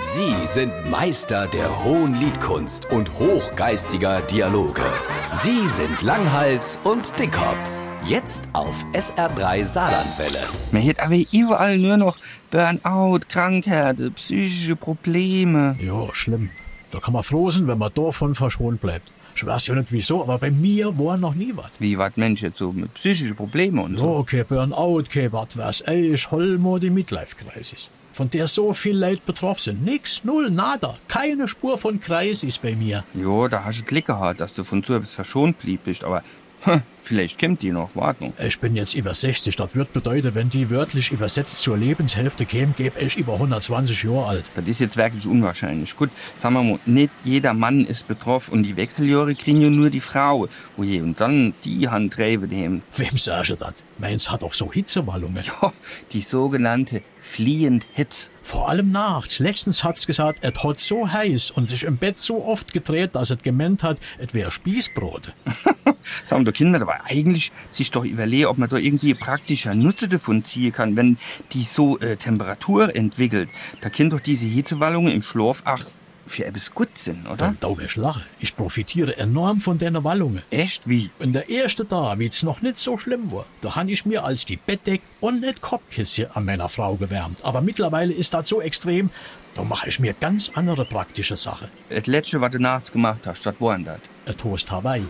Sie sind Meister der hohen Liedkunst und hochgeistiger Dialoge. Sie sind Langhals und Dickhop. Jetzt auf SR3 Saarlandwelle. Man hat aber überall nur noch Burnout, Krankheiten, psychische Probleme. Ja, schlimm. Da kann man froh sein, wenn man davon verschont bleibt. Ich weiß ja nicht wieso, aber bei mir war noch nie was. Wie was Mensch jetzt so mit psychischen Problemen und Ja, so. okay, Burnout, okay, was weiß ich, hol mal die Midlife-Crisis. Von der so viel Leute betroffen sind. Nix, null, nada. Keine Spur von Crisis bei mir. Jo, da hast du Glück gehabt, dass du von so etwas verschont blieb bist, aber hm, vielleicht kommt die noch, Wartung. Ich bin jetzt über 60. Das wird bedeuten, wenn die wörtlich übersetzt zur Lebenshälfte käme, gäbe ich über 120 Jahre alt. Das ist jetzt wirklich unwahrscheinlich. Gut, sagen wir mal, nicht jeder Mann ist betroffen und die Wechseljahre kriegen ja nur die Frau. Oje, und dann die Handreibe dem. Wem sag ich das? Meins hat auch so Hitzewallungen. Jo, die sogenannte fliehend Hitze. Vor allem nachts. Letztens hat's gesagt, es hat so heiß und sich im Bett so oft gedreht, dass es gemeint hat, es wäre Spießbrot. Sagen doch Kinder, aber eigentlich sich doch überlegen, ob man da irgendwie praktischer Nutze davon ziehen kann, wenn die so äh, Temperatur entwickelt. Da können doch diese Hitzewallungen im Schlaf ach für etwas gut sind, oder? Dann tau ich lache. Ich profitiere enorm von deiner Wallungen. Echt wie? Und der erste da, wie's noch nicht so schlimm war, da han ich mir als die Bettdeck und nicht Kopfkissen an meiner Frau gewärmt. Aber mittlerweile ist das so extrem, da mache ich mir ganz andere praktische Sache. Äh, Das letzte, was du nachts gemacht hast, das war denn das? Ein Toast Hawaii.